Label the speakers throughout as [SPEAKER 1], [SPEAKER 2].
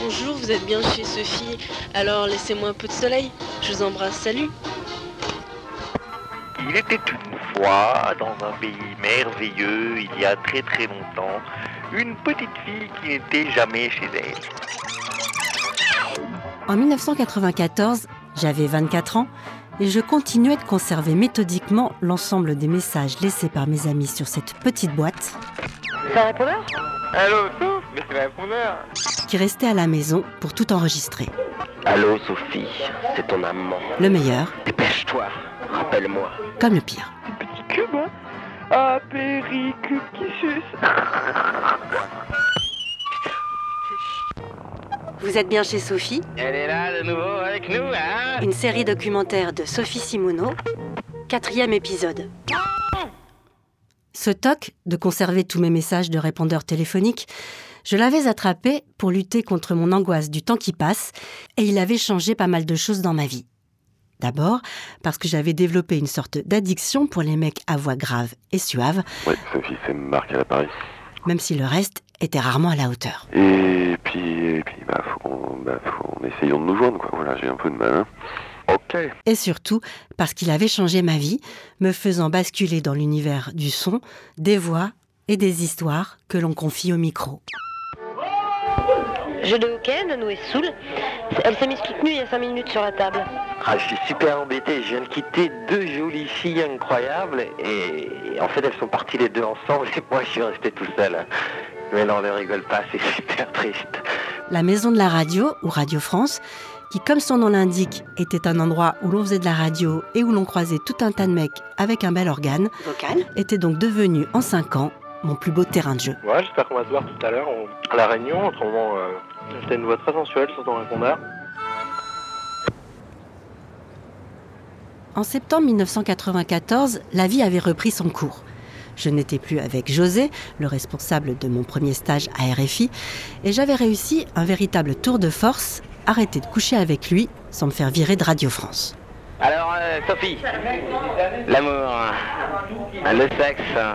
[SPEAKER 1] Bonjour, vous êtes bien chez Sophie, alors laissez-moi un peu de soleil. Je vous embrasse, salut.
[SPEAKER 2] Il était une fois, dans un pays merveilleux, il y a très très longtemps, une petite fille qui n'était jamais chez elle.
[SPEAKER 3] En 1994, j'avais 24 ans et je continuais de conserver méthodiquement l'ensemble des messages laissés par mes amis sur cette petite boîte
[SPEAKER 4] C'est un répondeur
[SPEAKER 2] Allô, Sophie Mais c'est répondeur
[SPEAKER 3] qui restait à la maison pour tout enregistrer.
[SPEAKER 5] Allô Sophie, c'est ton amant.
[SPEAKER 3] Le meilleur
[SPEAKER 5] Dépêche-toi, rappelle-moi.
[SPEAKER 3] comme le pire.
[SPEAKER 4] Petit cube, hein Ah, péricube qui suce
[SPEAKER 3] Vous êtes bien chez Sophie,
[SPEAKER 5] Elle est là de nouveau avec nous, hein
[SPEAKER 3] une série documentaire de Sophie Simoneau, quatrième épisode. Ce toc de conserver tous mes messages de répondeur téléphonique, je l'avais attrapé pour lutter contre mon angoisse du temps qui passe et il avait changé pas mal de choses dans ma vie. D'abord, parce que j'avais développé une sorte d'addiction pour les mecs à voix grave et suave,
[SPEAKER 6] Ouais, Sophie, c'est Marc à l'appareil.
[SPEAKER 3] même si le reste était rarement à la hauteur.
[SPEAKER 6] Et puis, et puis, bah, faut qu'on, bah, faut qu'on essayons de nous joindre, quoi. Voilà, j'ai un peu de mal, hein.
[SPEAKER 5] Ok.
[SPEAKER 3] et surtout parce qu'il avait changé ma vie, me faisant basculer dans l'univers du son, des voix et des histoires que l'on confie au micro.
[SPEAKER 7] Jeu de hockey, Nono est saoule. Elle s'est mise toute nue il y a 5 minutes sur la table.
[SPEAKER 5] Ah, je suis super embêté, je viens de quitter deux jolies filles incroyables et, et en fait elles sont parties les deux ensemble et moi je suis resté tout seul. Mais non, ne rigole pas, c'est super triste.
[SPEAKER 3] La maison de la radio, ou Radio France, qui comme son nom l'indique était un endroit où l'on faisait de la radio et où l'on croisait tout un tas de mecs avec un bel organe,
[SPEAKER 1] Vocal
[SPEAKER 3] était donc devenue en 5 ans mon plus beau terrain de jeu.
[SPEAKER 8] Ouais, j'espère qu'on va se voir tout à l'heure on- à la réunion. Autrement, euh, t'as une voix très sensuelle sur ton répondeur.
[SPEAKER 3] En septembre 1994, la vie avait repris son cours. Je n'étais plus avec José, le responsable de mon premier stage à RFI, et j'avais réussi un véritable tour de force, arrêter de coucher avec lui sans me faire virer de Radio France.
[SPEAKER 5] Alors euh, Sophie, l'amour, hein, le sexe, hein.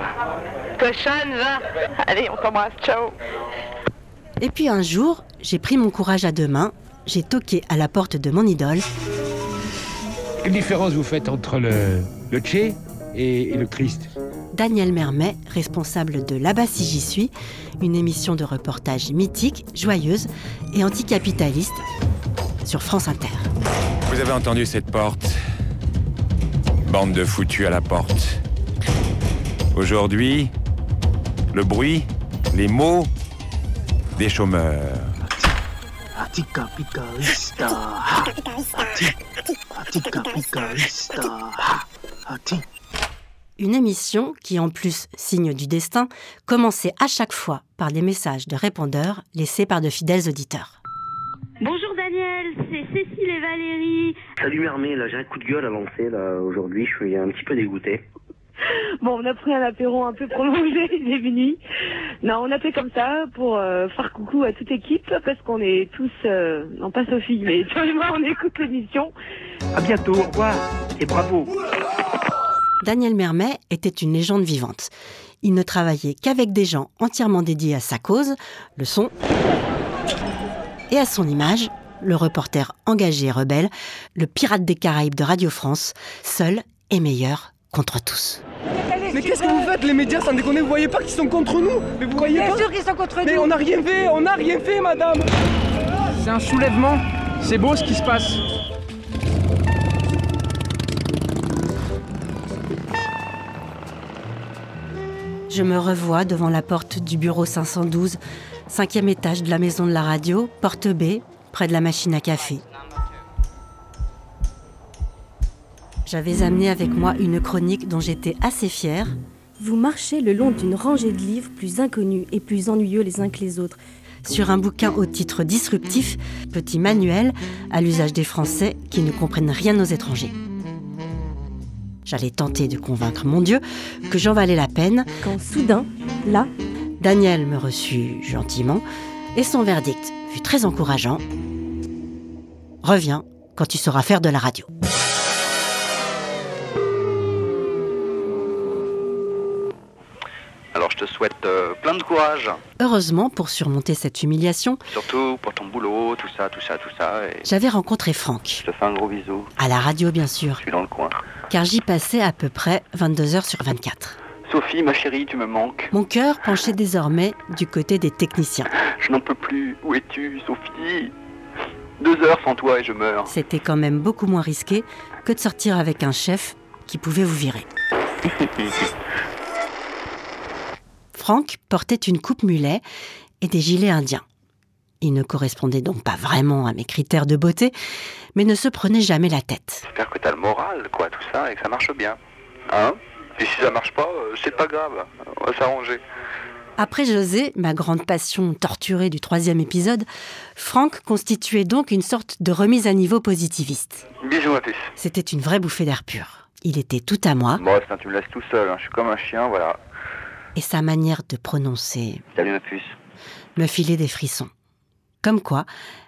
[SPEAKER 7] Cochonne, va
[SPEAKER 4] Allez, on t'embrasse, ciao
[SPEAKER 3] Et puis un jour, j'ai pris mon courage à deux mains, j'ai toqué à la porte de mon idole,
[SPEAKER 9] Quelle différence vous faites entre le, le Tché et, et le Christ
[SPEAKER 3] Daniel Mermet, responsable de Là-bas si j'y suis, une émission de reportage mythique, joyeuse et anticapitaliste sur France Inter.
[SPEAKER 10] Vous avez entendu cette porte Bande de foutus à la porte. Aujourd'hui, le bruit, les mots des chômeurs.
[SPEAKER 3] Une émission qui, en plus, signe du destin, commençait à chaque fois par des messages de répondeurs laissés par de fidèles auditeurs.
[SPEAKER 7] Bonjour Daniel, c'est Cécile et Valérie.
[SPEAKER 5] Salut Mermé, là j'ai un coup de gueule à lancer là aujourd'hui, je suis un petit peu dégoûté.
[SPEAKER 4] Bon, on a pris un apéro un peu prolongé, il est minuit. Non, on a fait comme ça pour euh, faire coucou à toute l'équipe, parce qu'on est tous, euh, non pas Sophie, mais toi et moi, on écoute l'émission.
[SPEAKER 5] À bientôt, au revoir et bravo.
[SPEAKER 3] Daniel Mermet était une légende vivante. Il ne travaillait qu'avec des gens entièrement dédiés à sa cause, le son, et à son image, le reporter engagé et rebelle, le pirate des Caraïbes de Radio France, seul et meilleur contre tous.
[SPEAKER 9] Mais qu'est-ce que vous faites les médias sans déconner Vous voyez pas qu'ils sont contre nous Mais vous voyez pas
[SPEAKER 4] sûr qu'ils sont contre
[SPEAKER 9] Mais on n'a rien fait, on n'a rien fait madame C'est un soulèvement, c'est beau ce qui se passe.
[SPEAKER 3] Je me revois devant la porte du bureau 512, cinquième étage de la maison de la radio, porte B, près de la machine à café. J'avais amené avec moi une chronique dont j'étais assez fière.
[SPEAKER 11] Vous marchez le long d'une rangée de livres plus inconnus et plus ennuyeux les uns que les autres.
[SPEAKER 3] sur un bouquin au titre disruptif, petit manuel à l'usage des Français qui ne comprennent rien aux étrangers. J'allais tenter de convaincre mon Dieu que j'en valais la peine.
[SPEAKER 11] Quand soudain, là,
[SPEAKER 3] Daniel me reçut gentiment et son verdict fut très encourageant. Reviens quand tu sauras faire de la radio.
[SPEAKER 2] Alors, je
[SPEAKER 5] te souhaite euh, plein de courage.
[SPEAKER 3] Heureusement, pour surmonter cette humiliation,
[SPEAKER 5] Surtout pour ton boulot, tout ça, tout ça, tout ça. Et...
[SPEAKER 3] j'avais rencontré Franck.
[SPEAKER 5] Je te fais un gros bisou.
[SPEAKER 3] À la radio, bien sûr,
[SPEAKER 5] Je suis dans le coin.
[SPEAKER 3] car j'y passais à peu près 22 heures sur 24.
[SPEAKER 5] Sophie, ma chérie, tu me manques.
[SPEAKER 3] Mon cœur penchait désormais du côté des techniciens.
[SPEAKER 5] Je n'en peux plus. Où es-tu, Sophie Deux heures sans toi et je meurs.
[SPEAKER 3] C'était quand même beaucoup moins risqué que de sortir avec un chef qui pouvait vous virer. Franck portait une coupe mulet et des gilets indiens. Il ne correspondait donc pas vraiment à mes critères de beauté, mais ne se prenait jamais la tête.
[SPEAKER 5] J'espère que t'as le moral, quoi, tout ça, et que ça marche bien. Hein Et si ça marche pas, euh, c'est pas grave. On va s'arranger.
[SPEAKER 3] Après José, ma grande passion torturée du troisième épisode, Franck constituait donc une sorte de remise à niveau positiviste.
[SPEAKER 5] Bisous à tous.
[SPEAKER 3] C'était une vraie bouffée d'air pur. Il était tout à moi,
[SPEAKER 5] Bon, putain, tu me laisses tout seul. hein. Je suis comme un chien, voilà.
[SPEAKER 3] et sa manière de prononcer
[SPEAKER 5] Salut ma puce.
[SPEAKER 3] me filait des frissons. Comme quoi,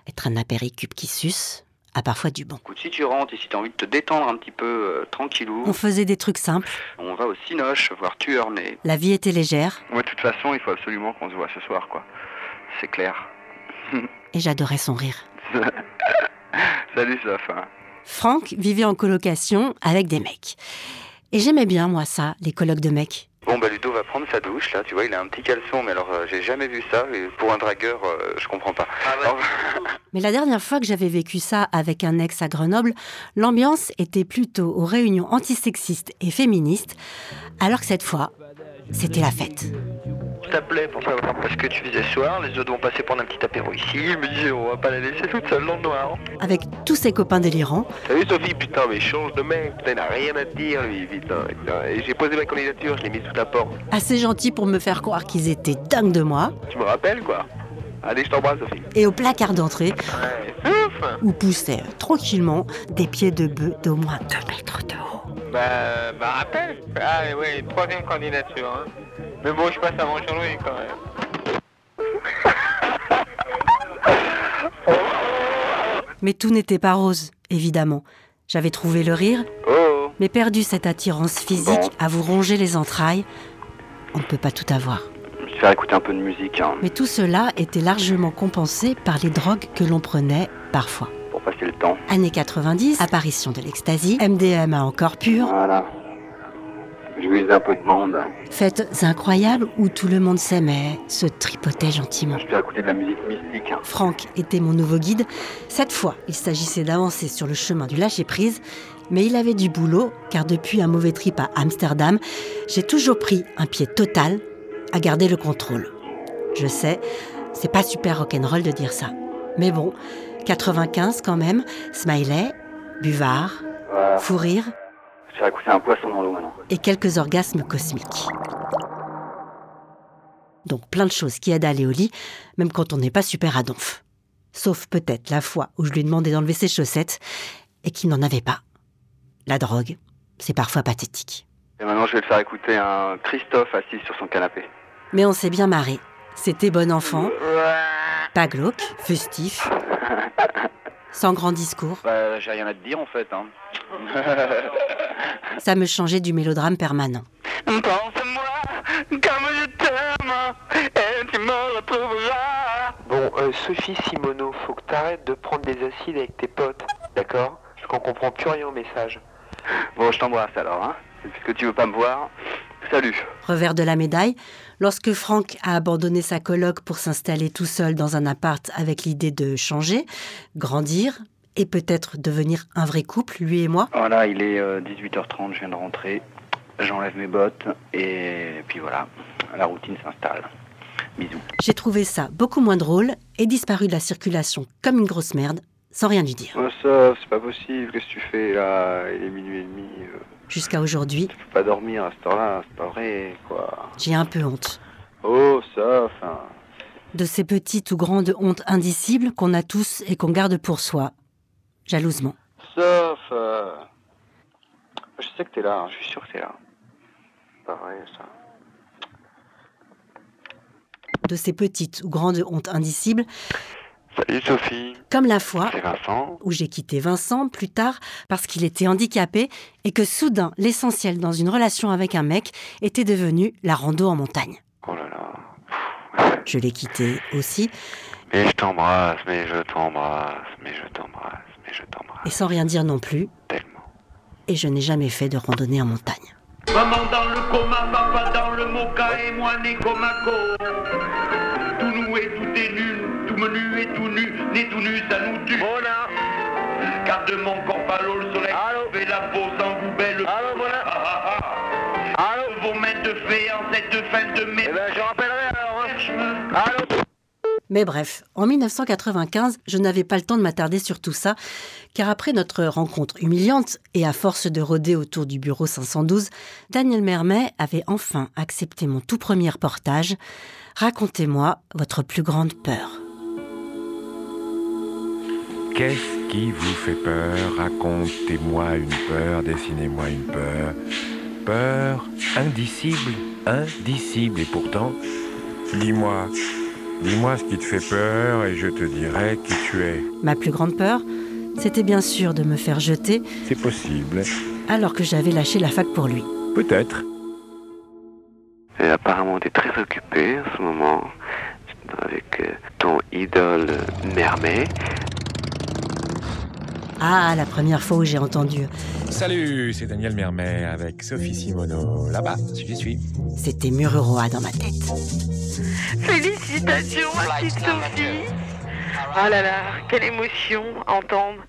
[SPEAKER 3] être un apéricube qui suce a parfois du bon.
[SPEAKER 5] Écoute, si tu rentres et si t'as envie de te détendre un petit peu, euh, tranquillou,
[SPEAKER 3] On faisait des trucs simples,
[SPEAKER 5] on va au Cinoche voir Tuernay.
[SPEAKER 3] la vie était légère,
[SPEAKER 5] Moi, de toute façon, il faut absolument qu'on se voit ce soir, quoi. C'est clair.
[SPEAKER 3] et j'adorais son rire.
[SPEAKER 5] Salut, Saf. hein.
[SPEAKER 3] Franck vivait en colocation avec des mecs. Et j'aimais bien, moi, ça, les colocs de mecs.
[SPEAKER 5] Bon, bah, Ludo va prendre sa douche, là. Tu vois, il a un petit caleçon, mais alors, euh, j'ai jamais vu ça. Et pour un dragueur, euh, je comprends pas. Alors,
[SPEAKER 3] Mais la dernière fois que j'avais vécu ça avec un ex à Grenoble, l'ambiance était plutôt aux réunions antisexistes et féministes, alors que cette fois, c'était la fête.
[SPEAKER 5] Je t'appelais pour savoir ce que tu faisais ce soir. Les autres vont passer prendre un petit apéro ici. Je me disais, on va pas la laisser toute seule dans le noir.
[SPEAKER 3] Avec tous ses copains délirants,
[SPEAKER 5] Salut Sophie, putain, mais change de mec. Putain, il a rien à te dire, lui, putain. putain. Et J'ai posé ma candidature, je l'ai mise sous ta porte.
[SPEAKER 3] assez gentils pour me faire croire qu'ils étaient dingues de moi,
[SPEAKER 5] Tu me rappelles, quoi Allez, je t'embrasse, Sophie.
[SPEAKER 3] et au placard d'entrée,
[SPEAKER 5] Ouais. Ouf
[SPEAKER 3] où poussaient euh, tranquillement des pieds de bœuf d'au moins 2 mètres de haut.
[SPEAKER 8] Bah, bah, rappelle. Ah, oui, troisième candidature. Hein. Mais bon, je passe avant Jean-Louis quand même.
[SPEAKER 3] Mais tout n'était pas rose, évidemment. J'avais trouvé le rire,
[SPEAKER 5] Oh
[SPEAKER 3] mais perdu cette attirance physique à vous ronger les entrailles. On ne peut pas tout avoir.
[SPEAKER 5] Je vais faire écouter un peu de musique, hein,
[SPEAKER 3] Mais tout cela était largement compensé par les drogues que l'on prenait parfois.
[SPEAKER 5] pour passer le temps.
[SPEAKER 3] Années 90, apparition de l'ecstasy, MDMA encore pur,
[SPEAKER 5] Voilà. Je vise un peu de monde.
[SPEAKER 3] fêtes incroyables où tout le monde s'aimait, se tripotait gentiment.
[SPEAKER 5] Je vais écouter de la musique mystique. hein.
[SPEAKER 3] Franck était mon nouveau guide. Cette fois, il s'agissait d'avancer sur le chemin du lâcher-prise, mais il avait du boulot, car depuis un mauvais trip à Amsterdam, j'ai toujours pris un pied total à garder le contrôle. Je sais, c'est pas super rock'n'roll de dire ça. Mais bon, 95 quand même, smiley, buvard,
[SPEAKER 5] Voilà.
[SPEAKER 3] fou rire
[SPEAKER 5] Je vais écouter un poisson dans l'eau maintenant.
[SPEAKER 3] et quelques orgasmes cosmiques. Donc plein de choses qui aident à aller au lit, même quand on n'est pas super à donf. Sauf peut-être la fois où je lui ai demandé d'enlever ses chaussettes et qu'il n'en avait pas. La drogue, c'est parfois pathétique.
[SPEAKER 5] Et maintenant, je vais te faire écouter un Christophe assis sur son canapé.
[SPEAKER 3] Mais on s'est bien marré. C'était bon enfant, pas glauque, festif, sans grand discours.
[SPEAKER 5] Bah, j'ai rien à te dire en fait. Hein.
[SPEAKER 3] Ça me changeait du mélodrame permanent.
[SPEAKER 5] Pense-moi comme je t'aime et tu me retrouveras.
[SPEAKER 12] Bon, euh, Sophie Simoneau, faut que t'arrêtes de prendre des acides avec tes potes, d'accord Parce qu'on comprend plus rien au message.
[SPEAKER 5] Bon, je t'embrasse alors, hein. Puisque tu veux pas me voir, salut.
[SPEAKER 3] Revers de la médaille, lorsque Franck a abandonné sa coloc pour s'installer tout seul dans un appart avec l'idée de changer, grandir et peut-être devenir un vrai couple, lui et moi,
[SPEAKER 5] Voilà, il est euh, 18h30, je viens de rentrer. J'enlève mes bottes et puis voilà, la routine s'installe. Bisous.
[SPEAKER 3] j'ai trouvé ça beaucoup moins drôle et disparu de la circulation comme une grosse merde, sans rien lui dire.
[SPEAKER 8] ça, c'est pas possible. Qu'est-ce que tu fais là Il est minuit et demi. euh,
[SPEAKER 3] Jusqu'à aujourd'hui,
[SPEAKER 8] tu peux pas dormir à cette heure-là. C'est pas vrai, quoi.
[SPEAKER 3] j'ai un peu honte.
[SPEAKER 8] Oh, ça, enfin.
[SPEAKER 3] De ces petites ou grandes hontes indicibles qu'on a tous et qu'on garde pour soi, jalousement.
[SPEAKER 8] Sauf. euh, Je sais que t'es là, hein, je suis sûr que t'es là. Pas vrai ça.
[SPEAKER 3] De ces petites ou grandes hontes indicibles,
[SPEAKER 2] Salut Sophie,
[SPEAKER 3] comme la fois
[SPEAKER 2] c'est Vincent.
[SPEAKER 3] où j'ai quitté Vincent plus tard parce qu'il était handicapé et que soudain l'essentiel dans une relation avec un mec était devenu la rando en montagne.
[SPEAKER 6] Oh
[SPEAKER 3] Je l'ai quitté aussi,
[SPEAKER 6] Mais je t'embrasse, mais je t'embrasse, mais je t'embrasse, mais je t'embrasse.
[SPEAKER 3] et sans rien dire non plus. Et je n'ai jamais fait de randonnée en montagne.
[SPEAKER 13] Maman dans le coma, papa dans le mocha et moi né comme un con. Tout nous et tout est nul, tout menu et tout nu, né tout nu, ça nous tue. Voilà. Car de mon corps pas l'eau, le soleil fait la peau sans poubelle. Allô, voilà. Vos mains de fée en cette fin de mai. Eh ben, je rappellerai alors.
[SPEAKER 3] Mais bref, en 1995, je n'avais pas le temps de m'attarder sur tout ça, car après notre rencontre humiliante et à force de rôder autour du bureau 512, Daniel Mermet avait enfin accepté mon tout premier reportage. Racontez-moi votre plus grande peur.
[SPEAKER 14] Qu'est-ce qui vous fait peur Racontez-moi une peur, dessinez-moi une peur. Peur indicible, indicible. Et pourtant, dis-moi, dis-moi ce qui te fait peur et je te dirai qui tu es.
[SPEAKER 3] Ma plus grande peur, c'était bien sûr de me faire jeter
[SPEAKER 14] C'est possible.
[SPEAKER 3] alors que j'avais lâché la fac pour lui.
[SPEAKER 14] Peut-être.
[SPEAKER 6] Et apparemment, t'es très occupé en ce moment avec euh, ton idole euh, Mermet.
[SPEAKER 3] Ah, la première fois où j'ai entendu,
[SPEAKER 14] Salut, c'est Daniel Mermet avec Sophie Simono. Là-bas, j'y suis.
[SPEAKER 3] c'était Mururoa dans ma tête.
[SPEAKER 15] Félicitations, ma petite Sophie. Oh là là, quelle émotion à entendre.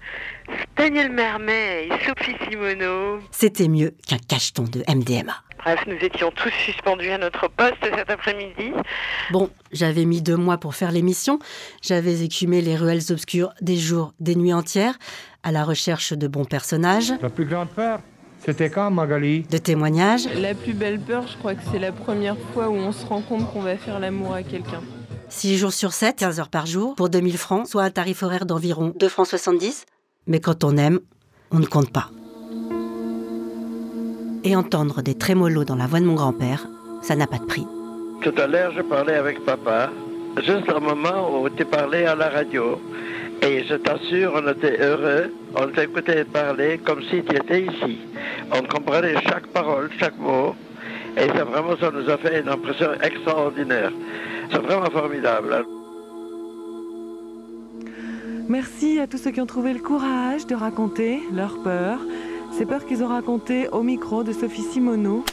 [SPEAKER 15] Daniel Mermet et Sophie Simoneau.
[SPEAKER 3] C'était mieux qu'un cacheton de MDMA.
[SPEAKER 15] Bref, nous étions tous suspendus à notre poste cet après-midi.
[SPEAKER 3] Bon, j'avais mis deux mois pour faire l'émission. J'avais écumé les ruelles obscures des jours, des nuits entières, à la recherche de bons personnages,
[SPEAKER 9] La plus grande peur, c'était quand, Magali
[SPEAKER 3] de témoignages.
[SPEAKER 1] La plus belle peur, je crois que c'est la première fois où on se rend compte qu'on va faire l'amour à quelqu'un.
[SPEAKER 3] 6 jours sur 7, 15 heures par jour, pour 2000 francs, soit un tarif horaire d'environ 2 francs 70. Mais quand on aime, on ne compte pas. Et entendre des trémolos dans la voix de mon grand-père, ça n'a pas de prix.
[SPEAKER 5] Tout à l'heure, je parlais avec papa, juste au moment où tu parlais à la radio. Et je t'assure, on était heureux, on t'écoutait parler comme si tu étais ici. On comprenait chaque parole, chaque mot. Et ça vraiment, ça nous a fait une impression extraordinaire. C'est vraiment formidable. hein.
[SPEAKER 4] Merci à tous ceux qui ont trouvé le courage de raconter leurs peurs, ces peurs qu'ils ont racontées au micro de Sophie Simoneau.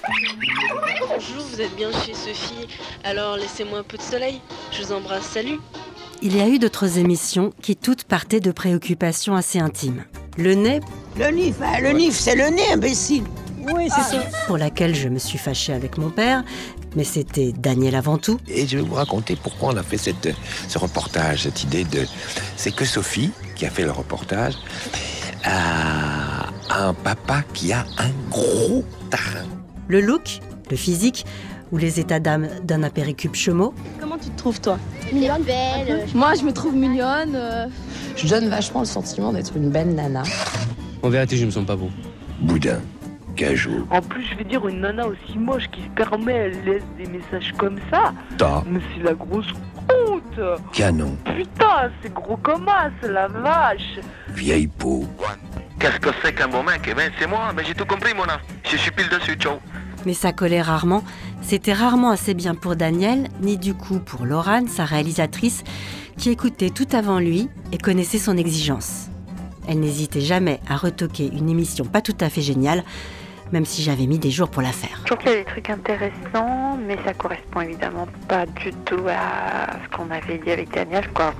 [SPEAKER 16] Bonjour, vous êtes bien chez Sophie, alors laissez-moi un peu de soleil. Je vous embrasse, salut.
[SPEAKER 3] Il y a eu d'autres émissions qui toutes partaient de préoccupations assez intimes. Le nez,
[SPEAKER 17] Le nif, ah, le nif, c'est le nez, imbécile. Ah. Oui, c'est ça.
[SPEAKER 3] pour laquelle je me suis fâchée avec mon père, mais c'était Daniel avant tout.
[SPEAKER 10] Et je vais vous raconter pourquoi on a fait cette, ce reportage, cette idée de... C'est que Sophie, qui a fait le reportage, a a un papa qui a un gros tarin.
[SPEAKER 3] Le look, le physique ou les états d'âme d'un apéricube chemeau.
[SPEAKER 18] Comment tu te trouves toi Mignonne Moi je me trouve mignonne. Je donne vachement le sentiment d'être une belle nana.
[SPEAKER 19] En vérité, je me sens pas beau.
[SPEAKER 10] Boudin, cajou,
[SPEAKER 15] En plus, je vais dire, une nana aussi moche qui se permet, elle laisse des messages comme ça.
[SPEAKER 10] tas,
[SPEAKER 15] Mais c'est la grosse honte.
[SPEAKER 10] canon,
[SPEAKER 15] Putain, c'est gros comme as, la vache.
[SPEAKER 10] vieille peau.
[SPEAKER 20] Qu'est-ce que c'est qu'un bon mec Eh ben, c'est moi, mais j'ai tout compris, mon âme. Je suis pile dessus, ciao.
[SPEAKER 3] Mais ça collait rarement. C'était rarement assez bien pour Daniel, ni du coup pour Laurane, sa réalisatrice, qui écoutait tout avant lui et connaissait son exigence. Elle n'hésitait jamais à retoquer une émission pas tout à fait géniale, même si j'avais mis des jours pour la faire.
[SPEAKER 7] Je trouve qu'il y a des trucs intéressants, mais ça correspond évidemment pas du tout à ce qu'on avait dit avec Daniel, quoi.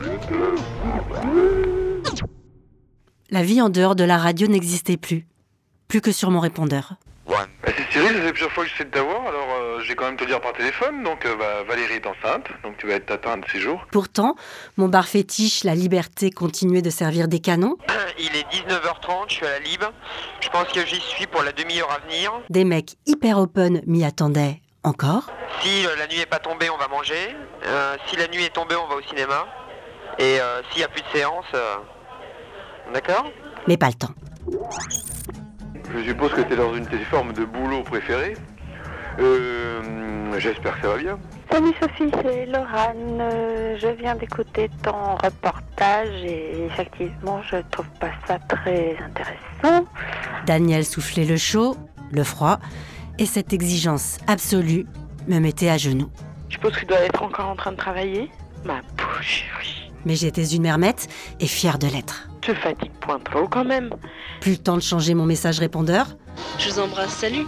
[SPEAKER 3] La vie en dehors de la radio n'existait plus, plus que sur mon répondeur.
[SPEAKER 21] Bah, c'est Cyril, ça fait plusieurs fois que j'essaie de t'avoir, alors euh, j'ai quand même te le dire par téléphone. Donc euh, bah, Valérie est enceinte, donc tu vas être atteint de ces jours.
[SPEAKER 3] Pourtant, mon bar fétiche, la liberté, continuait de servir des canons,
[SPEAKER 22] Il est 19h30, je suis à la Lib. Je pense que j'y suis pour la demi-heure à venir.
[SPEAKER 3] des mecs hyper open m'y attendaient encore.
[SPEAKER 22] Si euh, la nuit n'est pas tombée, on va manger. Euh, si la nuit est tombée, on va au cinéma. Et euh, s'il n'y a plus de séance, euh, d'accord
[SPEAKER 3] Mais pas le temps.
[SPEAKER 21] Je suppose que tu es dans une de tes formes de boulot préférées. Euh, J'espère que ça va bien.
[SPEAKER 7] Salut Sophie, c'est Laurane. Euh, Je viens d'écouter ton reportage et effectivement, je trouve pas ça très intéressant.
[SPEAKER 3] Daniel soufflait le chaud, le froid, et cette exigence absolue me mettait à genoux.
[SPEAKER 23] Je pense qu'il doit être encore en train de travailler. Ma pauvre chérie.
[SPEAKER 3] Mais j'étais une mermette et fière de l'être.
[SPEAKER 23] Je fatigue point trop quand même.
[SPEAKER 3] Plus le temps de changer mon message répondeur.
[SPEAKER 1] Je vous embrasse, salut.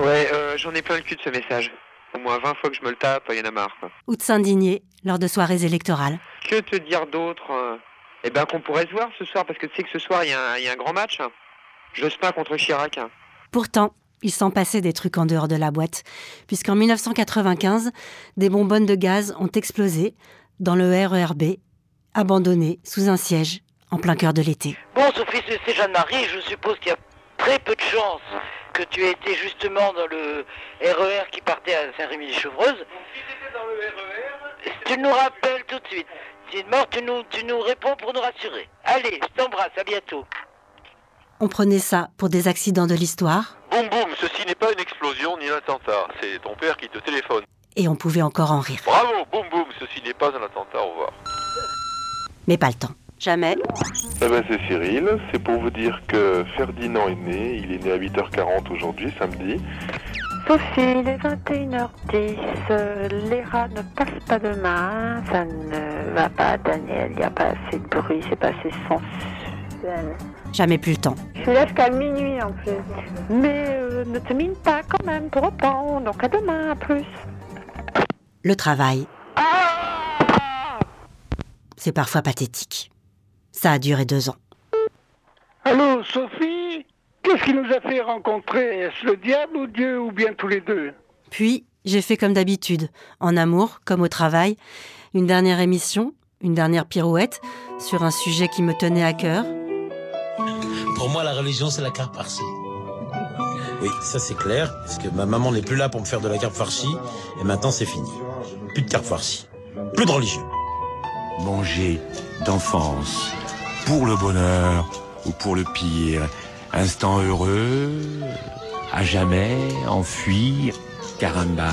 [SPEAKER 24] Ouais, euh, j'en ai plein le cul de ce message. Au moins 20 fois que je me le tape, il y en a marre. quoi.
[SPEAKER 3] Ou de s'indigner lors de soirées électorales.
[SPEAKER 24] Que te dire d'autre euh, Eh ben qu'on pourrait se voir ce soir, parce que tu sais que ce soir, il y, a un- il y a un grand match. Jospin contre Chirac.
[SPEAKER 3] Pourtant, il s'en passait des trucs en dehors de la boîte, puisqu'en 1995, des bonbonnes de gaz ont explosé dans le E RERB, abandonné sous un siège en plein cœur de l'été.
[SPEAKER 25] Bon, Sophie, c'est- c'est Jeanne-Marie. Je suppose qu'il y a très peu de chances que tu aies été justement dans le RER qui partait à Saint-Rémy-les-Chevreuses. Tu nous rappelles tout de suite. Si une mort, tu nous, tu nous réponds pour nous rassurer. Allez, je t'embrasse. À bientôt.
[SPEAKER 3] On prenait ça pour des accidents de l'histoire,
[SPEAKER 6] Boum boum, ceci n'est pas une explosion ni un attentat. C'est ton père qui te téléphone.
[SPEAKER 3] et on pouvait encore en rire.
[SPEAKER 6] Bravo, boum boum, ceci n'est pas un attentat, au revoir.
[SPEAKER 3] Mais pas le temps. Jamais.
[SPEAKER 6] Eh ben c'est Cyril, c'est pour vous dire que Ferdinand est né, il est né à 8h40 aujourd'hui, samedi.
[SPEAKER 7] Sophie, il est 21h10. euh, Les rats ne passent pas demain. Ça ne va pas, Daniel. Il n'y a pas assez de bruit. C'est pas assez sensuel.
[SPEAKER 3] Jamais plus le temps.
[SPEAKER 7] Je suis là jusqu'à minuit en plus. Mais euh, ne te mine pas quand même pour autant. Donc à demain à plus.
[SPEAKER 3] Le travail. C'est parfois pathétique. Ça a duré deux ans.
[SPEAKER 12] Allô, Sophie Qu'est-ce qui nous a fait rencontrer Est-ce le diable ou Dieu ou bien tous les deux
[SPEAKER 3] Puis, j'ai fait comme d'habitude, en amour comme au travail, une dernière émission, une dernière pirouette sur un sujet qui me tenait à cœur.
[SPEAKER 11] Pour moi, la religion, c'est la carpe farcie. Oui, ça c'est clair, parce que ma maman n'est plus là pour me faire de la carpe farcie, et maintenant c'est fini. Plus de carpe farcie, plus de religion.
[SPEAKER 10] Manger d'enfance pour le bonheur ou pour le pire. Instant heureux, à jamais, enfui, caramba,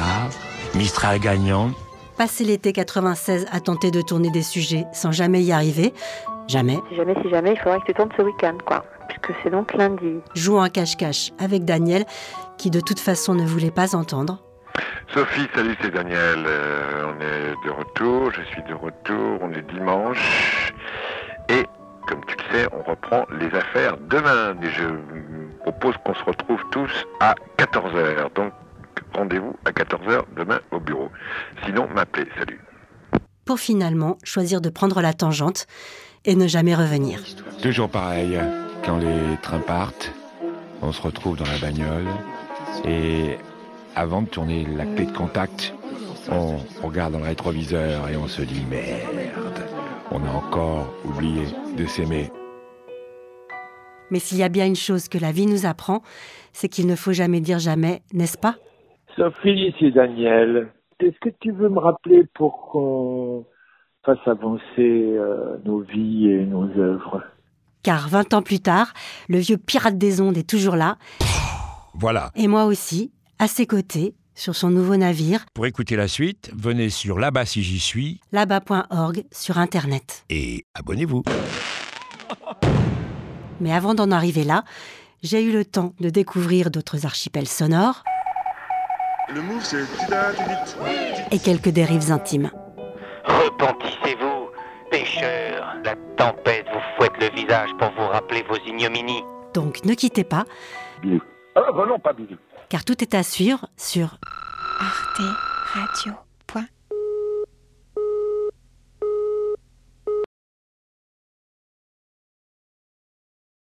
[SPEAKER 10] Mistral gagnant.
[SPEAKER 3] Passer l'été 96 à tenter de tourner des sujets sans jamais y arriver, jamais.
[SPEAKER 7] Si jamais, si jamais, il faudrait que tu tournes ce week-end, quoi. Puisque c'est donc lundi.
[SPEAKER 3] Jouant à cache-cache avec Daniel, qui de toute façon ne voulait pas entendre.
[SPEAKER 6] Sophie, salut, c'est Daniel. Euh, on est de retour, je suis de retour, on est dimanche. Et, comme tu le sais, on reprend les affaires demain. Et je mm, propose qu'on se retrouve tous à 14h. Donc, rendez-vous à 14h demain au bureau. Sinon, m'appelez. Salut.
[SPEAKER 3] Pour finalement choisir de prendre la tangente et ne jamais revenir.
[SPEAKER 10] Toujours pareil, quand les trains partent, on se retrouve dans la bagnole et avant de tourner la clé de contact, on regarde dans le rétroviseur et on se dit merde, on a encore oublié de s'aimer.
[SPEAKER 3] Mais s'il y a bien une chose que la vie nous apprend, c'est qu'il ne faut jamais dire jamais, n'est-ce pas
[SPEAKER 26] Sophie, c'est Daniel. Est-ce que tu veux me rappeler pour qu'on fasse avancer euh, nos vies et nos œuvres
[SPEAKER 3] Car 20 ans plus tard, le vieux pirate des ondes est toujours là,
[SPEAKER 27] Voilà.
[SPEAKER 3] et moi aussi, à ses côtés, sur son nouveau navire,
[SPEAKER 27] Pour écouter la suite, venez sur là-bas si j'y suis
[SPEAKER 3] là-bas.org, sur Internet.
[SPEAKER 27] et abonnez-vous.
[SPEAKER 3] Mais avant d'en arriver là, j'ai eu le temps de découvrir d'autres archipels sonores
[SPEAKER 28] Le move, c'est
[SPEAKER 3] et quelques dérives intimes.
[SPEAKER 28] Repentissez-vous, pécheurs. La tempête vous fouette le visage pour vous rappeler vos ignominies.
[SPEAKER 3] Donc ne quittez pas,
[SPEAKER 28] Ah, non, pas
[SPEAKER 3] car tout est à suivre sur
[SPEAKER 29] Arte Radio.